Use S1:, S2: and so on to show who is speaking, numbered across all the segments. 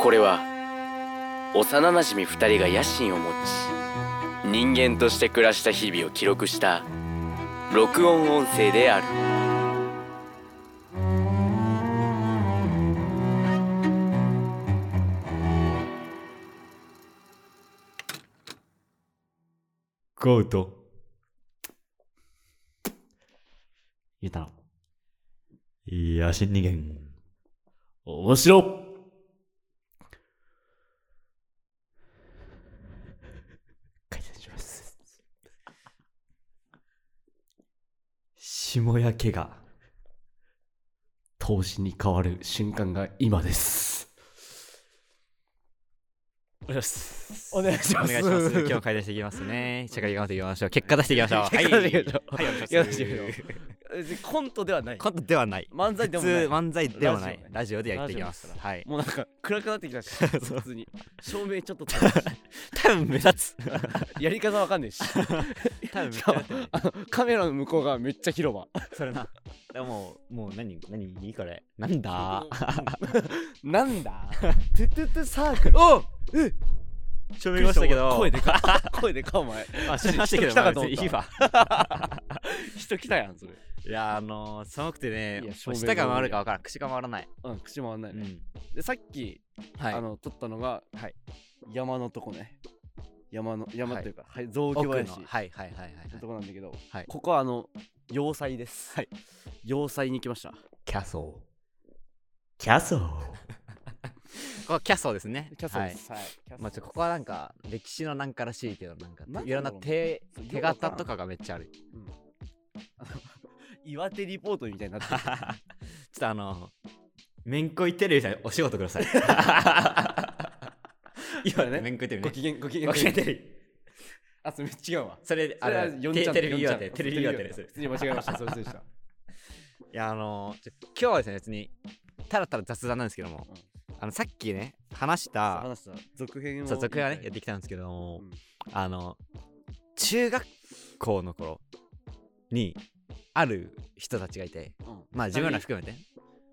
S1: これは幼なじみ2人が野心を持ち人間として暮らした日々を記録した録音音声である
S2: コート
S3: ゆうたろ
S2: いや、新二元。面白
S3: 解説します。
S2: 下焼けが
S3: 投資に変わる瞬間が今です。
S4: お願いします。
S3: お願いし
S4: お
S3: ます。
S4: 願いします。今日解体していきますね。社会頑張っていきましょう。 結果出していきましょう。はい。
S3: 結果出していきましょう
S4: はい、お願いします。
S3: よろしくお願いし日コントではない。
S4: コントではない。
S3: 漫才でも
S4: 普
S3: ない
S4: 通漫才ではな
S3: ラ
S4: い
S3: ジオね。
S4: ラジオでやっていきます
S3: ラジオで。
S4: はい。
S3: もうなんか暗くなってきたし、
S4: そう
S3: 普通に。照明ちょっと高いし
S4: 多分目立つ。
S3: やり方わかんないし。
S4: 多分目立つ。
S3: あのカメラの向こうがめっちゃ広場。
S4: それな。でももう何何いいこれ。なん だ。
S3: なんだ トゥトゥトゥサークル。お
S4: ちょびましたけど。
S3: 声でか。声でか、お前。
S4: あ、しましたけ
S3: 人
S4: ど。
S3: 来た
S4: ま
S3: か
S4: あ
S3: と
S4: 別
S3: 思った
S4: にいいわ。
S3: 人来たやん、それ。
S4: いやあのー寒くてね
S3: いや、照明
S4: 舌が回るかわからん、口が回らない。
S3: うん、口回んないうね。
S4: ん。
S3: で、さっき、
S4: は
S3: あ
S4: い。
S3: の、撮ったのが、
S4: はい
S3: 山のとこね。山の、山というか、はい、雑木
S4: 奥のはい
S3: 林。
S4: はいはいはいはい。
S3: とこなんだけど、
S4: はい
S3: ここはあの要塞です、はい、要塞に来ました
S2: キャソー。キャソー。
S4: ここはキャッソーですね。
S3: キャス
S4: は
S3: で
S4: い
S3: す、はいキャス
S4: まあ、ちょここはなんか歴史のなんからしいけどなんか
S3: なんだろう
S4: いろんな手
S3: そう
S4: 手形とかがめっちゃあるち
S3: 岩手リポートみたいになって
S4: ょ
S3: る
S4: っとあのめんこいテレビさんお仕事ください今ねめ んこいテレビ
S3: ご
S4: ね
S3: 機嫌ご機嫌
S4: ご機嫌テレビ
S3: あそれ違うわ
S4: それあ
S3: それは
S4: れ
S3: 4
S4: テ
S3: ちゃん
S4: テレビ
S3: 4ちゃ
S4: 岩
S3: ん
S4: 手テレビ岩手ですい
S3: 失礼間違えましたそう でした
S4: やあのちょ今日はですね別にただただ雑談なんですけども、あのさっきね話した
S3: 話した続編を
S4: そう続編はねや
S3: 言
S4: っ
S3: い
S4: てきたんですけども、
S3: うん
S4: あの中学校の頃にある人たちがいて
S3: たい、うん
S4: まあ自分ら含めて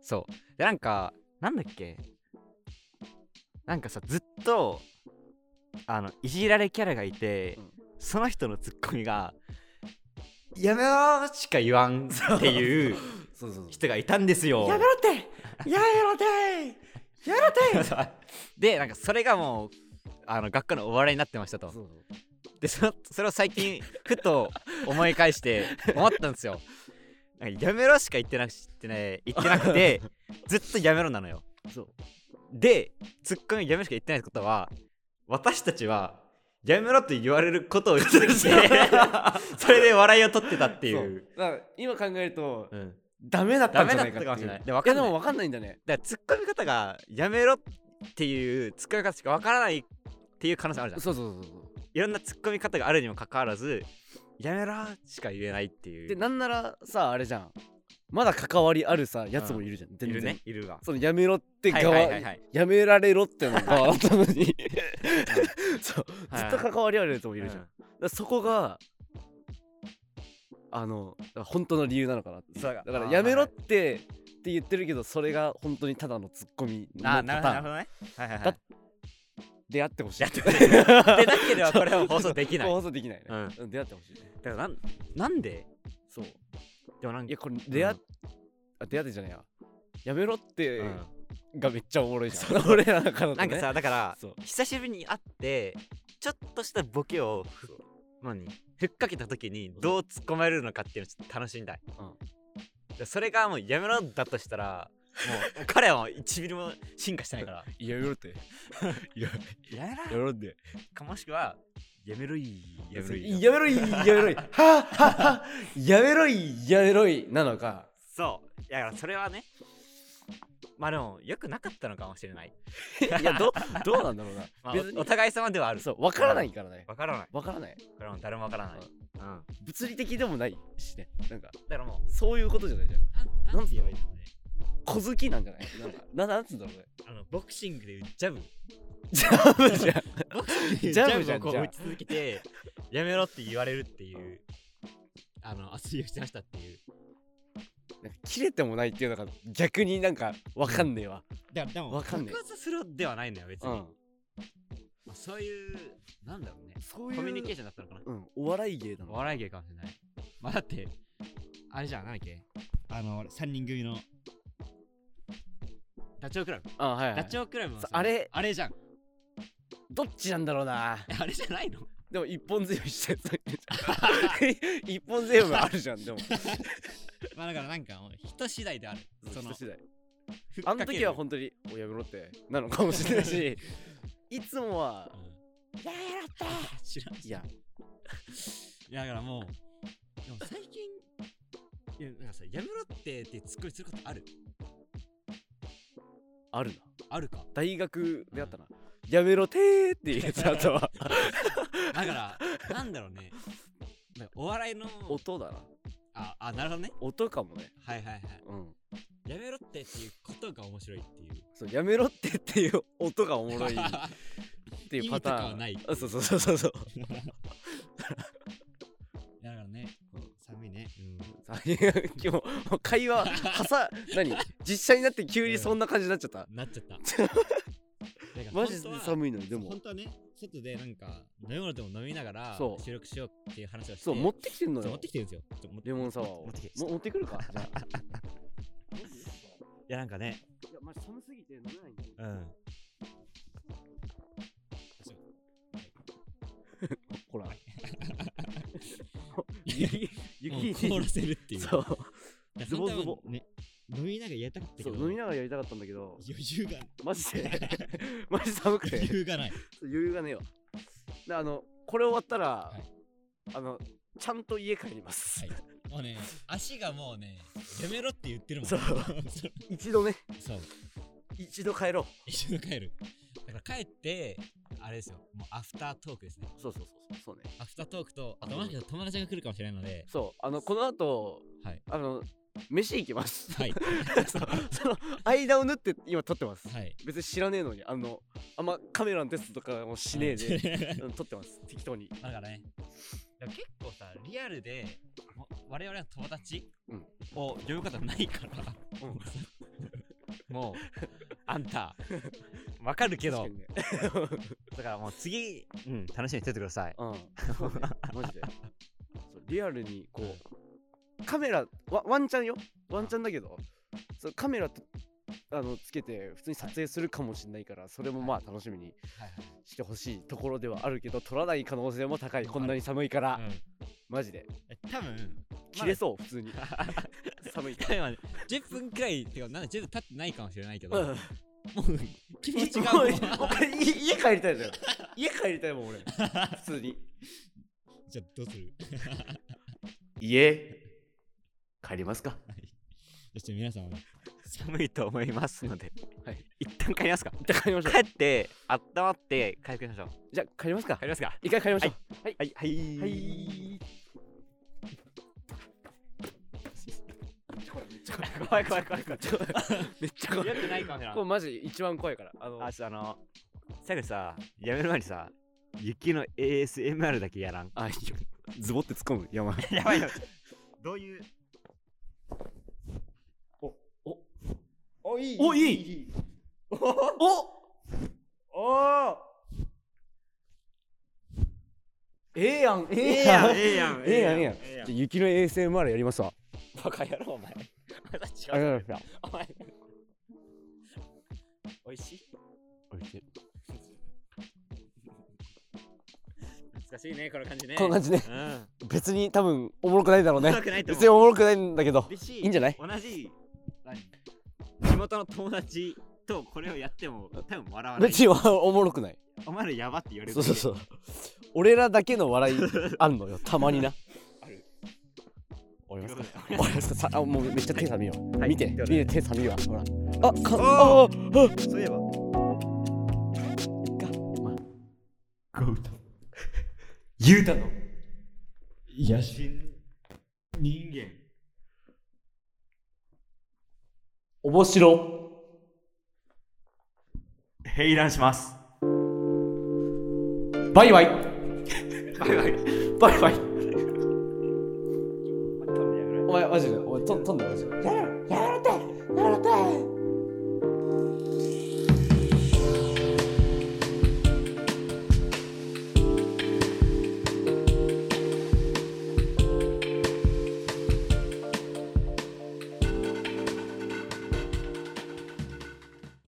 S4: そうでなんかなんだっけなんかさずっとあのいじられキャラがいて、
S3: うん
S4: その人のツッコミが「やめろ!」しか言わ んっていう
S3: そうそうそう
S4: 人がいたんですよ。
S3: やめろってやめろってやめろって
S4: でなんかそれがもうあの学校のお笑いになってました
S3: そう
S4: と。
S3: そう
S4: でそのそれを最近ふと思い返して思ったんですよ。なんかやめろしか言ってなくし言って,、ね、言ってな くてずっとやめろなのよ。
S3: そう
S4: でツッコミをやめろしか言ってないってことは私たちはやめろって言われることを 言ってきてそれで笑いを取ってたっていう
S3: そうだから今考えると
S4: うん、
S3: ダメだった
S4: ダ
S3: んじ
S4: メ
S3: ゃ
S4: だっ
S3: な
S4: た
S3: いかって
S4: かもしれない
S3: い
S4: でわ
S3: い
S4: か
S3: や
S4: ん
S3: で
S4: ない
S3: も
S4: だか
S3: 分かんないんだね
S4: らツッコミ方がやめろっていうツッコミ方しかわからないっていう可能性あるじゃん
S3: そうそうそうそう
S4: いろんなツッコミ方があるにもかかわらずやめろしか言えないっていう
S3: でなんならさあれじゃんまだ関わりあるさやつもいるじゃん、全
S4: い
S3: 然
S4: るねいるが
S3: そのやめろって
S4: はい
S3: 側、
S4: はいはいはい
S3: やめられろってのが側だったの にそう
S4: はい
S3: ずっ
S4: はい
S3: と関わりあるやつもいるじゃん、
S4: う
S3: だからそこがあのだから本当の理由なのかなっていう
S4: そう
S3: だか
S4: あ
S3: ら
S4: ー
S3: やめろって、って言ってるけどそれが本当にただのツッコミの
S4: あ
S3: パ
S4: ーなるほ
S3: タ
S4: どなる
S3: ー
S4: ほ
S3: ン
S4: どねはいはいは
S3: だっ
S4: い
S3: 出会ってほしい
S4: やってほしいでなければこれは放送できない
S3: 放送できないね、
S4: うん
S3: うん出会ってほしいね
S4: だからなんなんで
S3: そうい
S4: でもなんか
S3: やこれ出会っ、あ出会ってじゃないややめろって、
S4: うん
S3: がめっちゃおもろいじゃん。俺らのからだとね
S4: なんかさだから
S3: そう
S4: 久しぶりに会ってちょっとしたボケをふ何ふっかけた時にどう突っ込めるのかっていうのをちょっと楽しんだい、でそれがもうやめろだとしたらもう彼は1ミリも進化してないから
S3: いややめろって。いや
S4: やめ
S3: やめ
S4: ろ
S3: ろって。
S4: かもしくはやめろいやめろい
S3: やめろいやめろい。はあはあはあやめろいやめろいなのか。
S4: そうだからそれはねまあでもよくなかったのかもしれない、
S3: いやどどうなんだろうな。
S4: まあ、
S3: 別
S4: おお
S3: に
S4: 互い様ではある
S3: そうわからないからね。
S4: わからない
S3: わからない。
S4: これはもう誰もわからない、うん、
S3: 物理的でもないしね。なんか
S4: だからもう
S3: そういうことじゃないじゃん。
S4: な
S3: なんて言えばいい
S4: のね
S3: 小好きなんじゃない。なんかななんつうんだろうね。
S4: あのボクシングでいう ジャブ
S3: ジャブじゃん。
S4: ボクシングで
S3: ジ
S4: ジ
S3: ャ
S4: ャ
S3: ブじ
S4: ブ
S3: ゃ
S4: を
S3: ん
S4: こ
S3: じ
S4: う
S3: ゃあ
S4: 打ち続けてやめろって言われるっていうあの遊びをしてましたっていう
S3: なんか切れてもないっていうのが逆になんかわかんねえわ
S5: ででも
S3: わかんね
S4: 爆発するではないのよ別
S3: え、
S4: に、
S3: う
S4: ま
S3: ん
S4: あそういうなんだろうね
S3: そういう
S4: コミュニケーションだったのかな
S3: うん、お笑い芸な
S4: お
S3: の
S4: 笑い芸かもしれないまあだってあれじゃんなんだっけ
S5: あの3人組の
S4: ダチョウ倶楽部
S3: あはい、はい、
S4: ダチョウ倶楽部も
S3: さ
S4: さ
S3: あれ
S4: あれじゃん
S3: どっちなんだろう な
S4: あれじゃないの
S3: でも一本強いしてそういう 一本強いもあるじゃん でも
S5: まあだからなんかもう人次第であるその
S3: 人次第あの時は本当に「おやめろ」ってなのかもしれないし いつもは
S4: うん
S3: 「やめろって!
S4: 知らん」
S3: いや
S4: いやだからもうでも最近いやなんかさやめろってってツッコミすることある
S3: あるな
S4: あるか
S3: 大学であったな「やめろてー」っていうや つあとは
S4: だからなんだろう ねなんかお笑いの
S3: 音だな
S4: ああなるほどね
S3: 音かもね
S4: はいはいは
S3: うん
S4: いやめろってっていうことが面白いっていう
S3: そうやめろってっていう音がおもろいっていうパターン
S4: 意味とかはない
S3: あそうそうそうそうそう
S5: いやだからね寒いね
S3: 今日もう会話はさ何実写になって急にそんな感じになっちゃった
S4: なっちゃった
S3: マジで
S4: い
S3: 寒いのにでも
S5: 本当はね
S4: 外でなんか飲み物でも飲みながら
S3: そう
S4: 収録しようっていう話をして
S3: そう持ってきてんの
S4: そう持
S3: よ
S4: ってきてるんですよちょ持って
S3: レモンサワーを
S4: 持ってきて
S3: も持ってくるかじゃあ
S4: いやなんかね
S3: いやマジ寒すぎて飲めないんだよ
S4: うん
S3: ほら雪雪
S5: もう凍らせるっていう
S3: そう
S5: いや
S3: ズボズボ
S5: 本当はね飲みながらやりたかったけ
S3: そ
S5: ど
S3: う飲みながらやりたかったんだけど
S5: 余裕 が
S3: マジ でマジ寒くて
S5: 余裕がない
S3: 余裕がねえわであのこれ終わったら、
S5: はい
S3: あのちゃんと家帰ります、
S5: はいもうね足がもうねやめろって言ってるもん
S3: そう
S5: そう
S3: 一度ね
S5: そう
S3: 一度帰ろう
S5: 一緒に帰る
S4: だから帰ってあれですよもうアフタートークですね
S3: そうそうそうそうそうね
S4: アフタートークとあともしかしたら友達が来るかもしれないので
S3: そうあのこの後、
S4: はい
S3: あの飯行きます
S4: はい
S3: そうその間を縫って今撮ってます、
S4: はい
S3: 別に知らねえのにあのあんまカメラのテストとかもしねえで、うん撮ってます適当に
S4: だからねでも結構さリアルでも我々の友達
S3: うん
S4: を呼ぶことないから、 もうあんたわかるけど
S3: 確かにね
S4: だからもう次、うん、楽しみにしててください
S3: うんそうねマジでそうリアルにこうカメラワワンチャンよワンチャンだけどそうカメラとあのつけて普通に撮影するかもしれないからそれもまあ楽しみに
S4: はい
S3: してほしいところではあるけど撮らない可能性も高いこんなに寒いから
S4: うん
S3: マジで
S4: 多分
S3: 切れそう普通に寒いか
S4: 今ね10分くらいってかなんか10分経ってないかもしれないけ
S3: ら
S4: ど、
S3: うん
S4: もう 気持ちが
S3: も
S4: も
S3: う
S4: う
S3: もう帰り家帰りたいだよ家帰りたいもん俺普通に
S5: じゃあどうする じゃ
S1: 家帰りますか
S5: あちょっと皆さんはね
S4: 寒いと思いますので、
S3: はい、
S4: 一旦帰りますか
S3: 一旦帰りましょう
S4: 帰って温まって回復しましょう
S3: じゃあ帰りますか
S4: 帰りますか
S3: 一回帰りましょう
S4: はいはい
S3: はい
S4: 怖い怖い怖い怖い
S3: ちょめっちゃ怖い
S4: よくないかもしれ
S3: これ
S4: ない
S3: マジ一番怖いからあの
S4: あちょあの最後にさやめる前にさ雪の ASMR だけやらん
S3: あいいよズボって突っ込む山
S4: やばいよどういう
S3: おいおいいおおええやんええやんえ
S4: えやん
S3: えやんええやんじゃあ雪の ASMR やりますわ
S4: バカやろお前また
S3: あり
S4: 違う
S3: がとうございました
S4: お前おいしい
S1: おいしい
S4: 懐かしいねこの感じね
S3: こんな感じね
S4: うん
S3: 別に多分おもろくないだろう
S4: う
S3: ね
S4: まくないと
S3: 別に
S4: 思う
S3: おもろくないんだけど
S4: 嬉しい
S3: いいんじゃない
S4: 同じ何地元の友達とこれをやっても多分笑わない
S3: 別におもろくない
S4: お前らやばって言われ
S3: そ
S4: る
S3: うそう
S4: う
S3: そう俺らだけの笑いあんの よたまになある終わりますか終わりますかさあもうめっちゃ手冷めよう、見て見て手冷めようほらあかああ
S4: そういえば
S2: ゆうたの野心人間
S3: 面白
S2: 平乱します
S3: バイバイ
S4: バイバイ
S3: バイバイお前
S6: やマジでお前と飛んだマジで
S3: やめろやめろって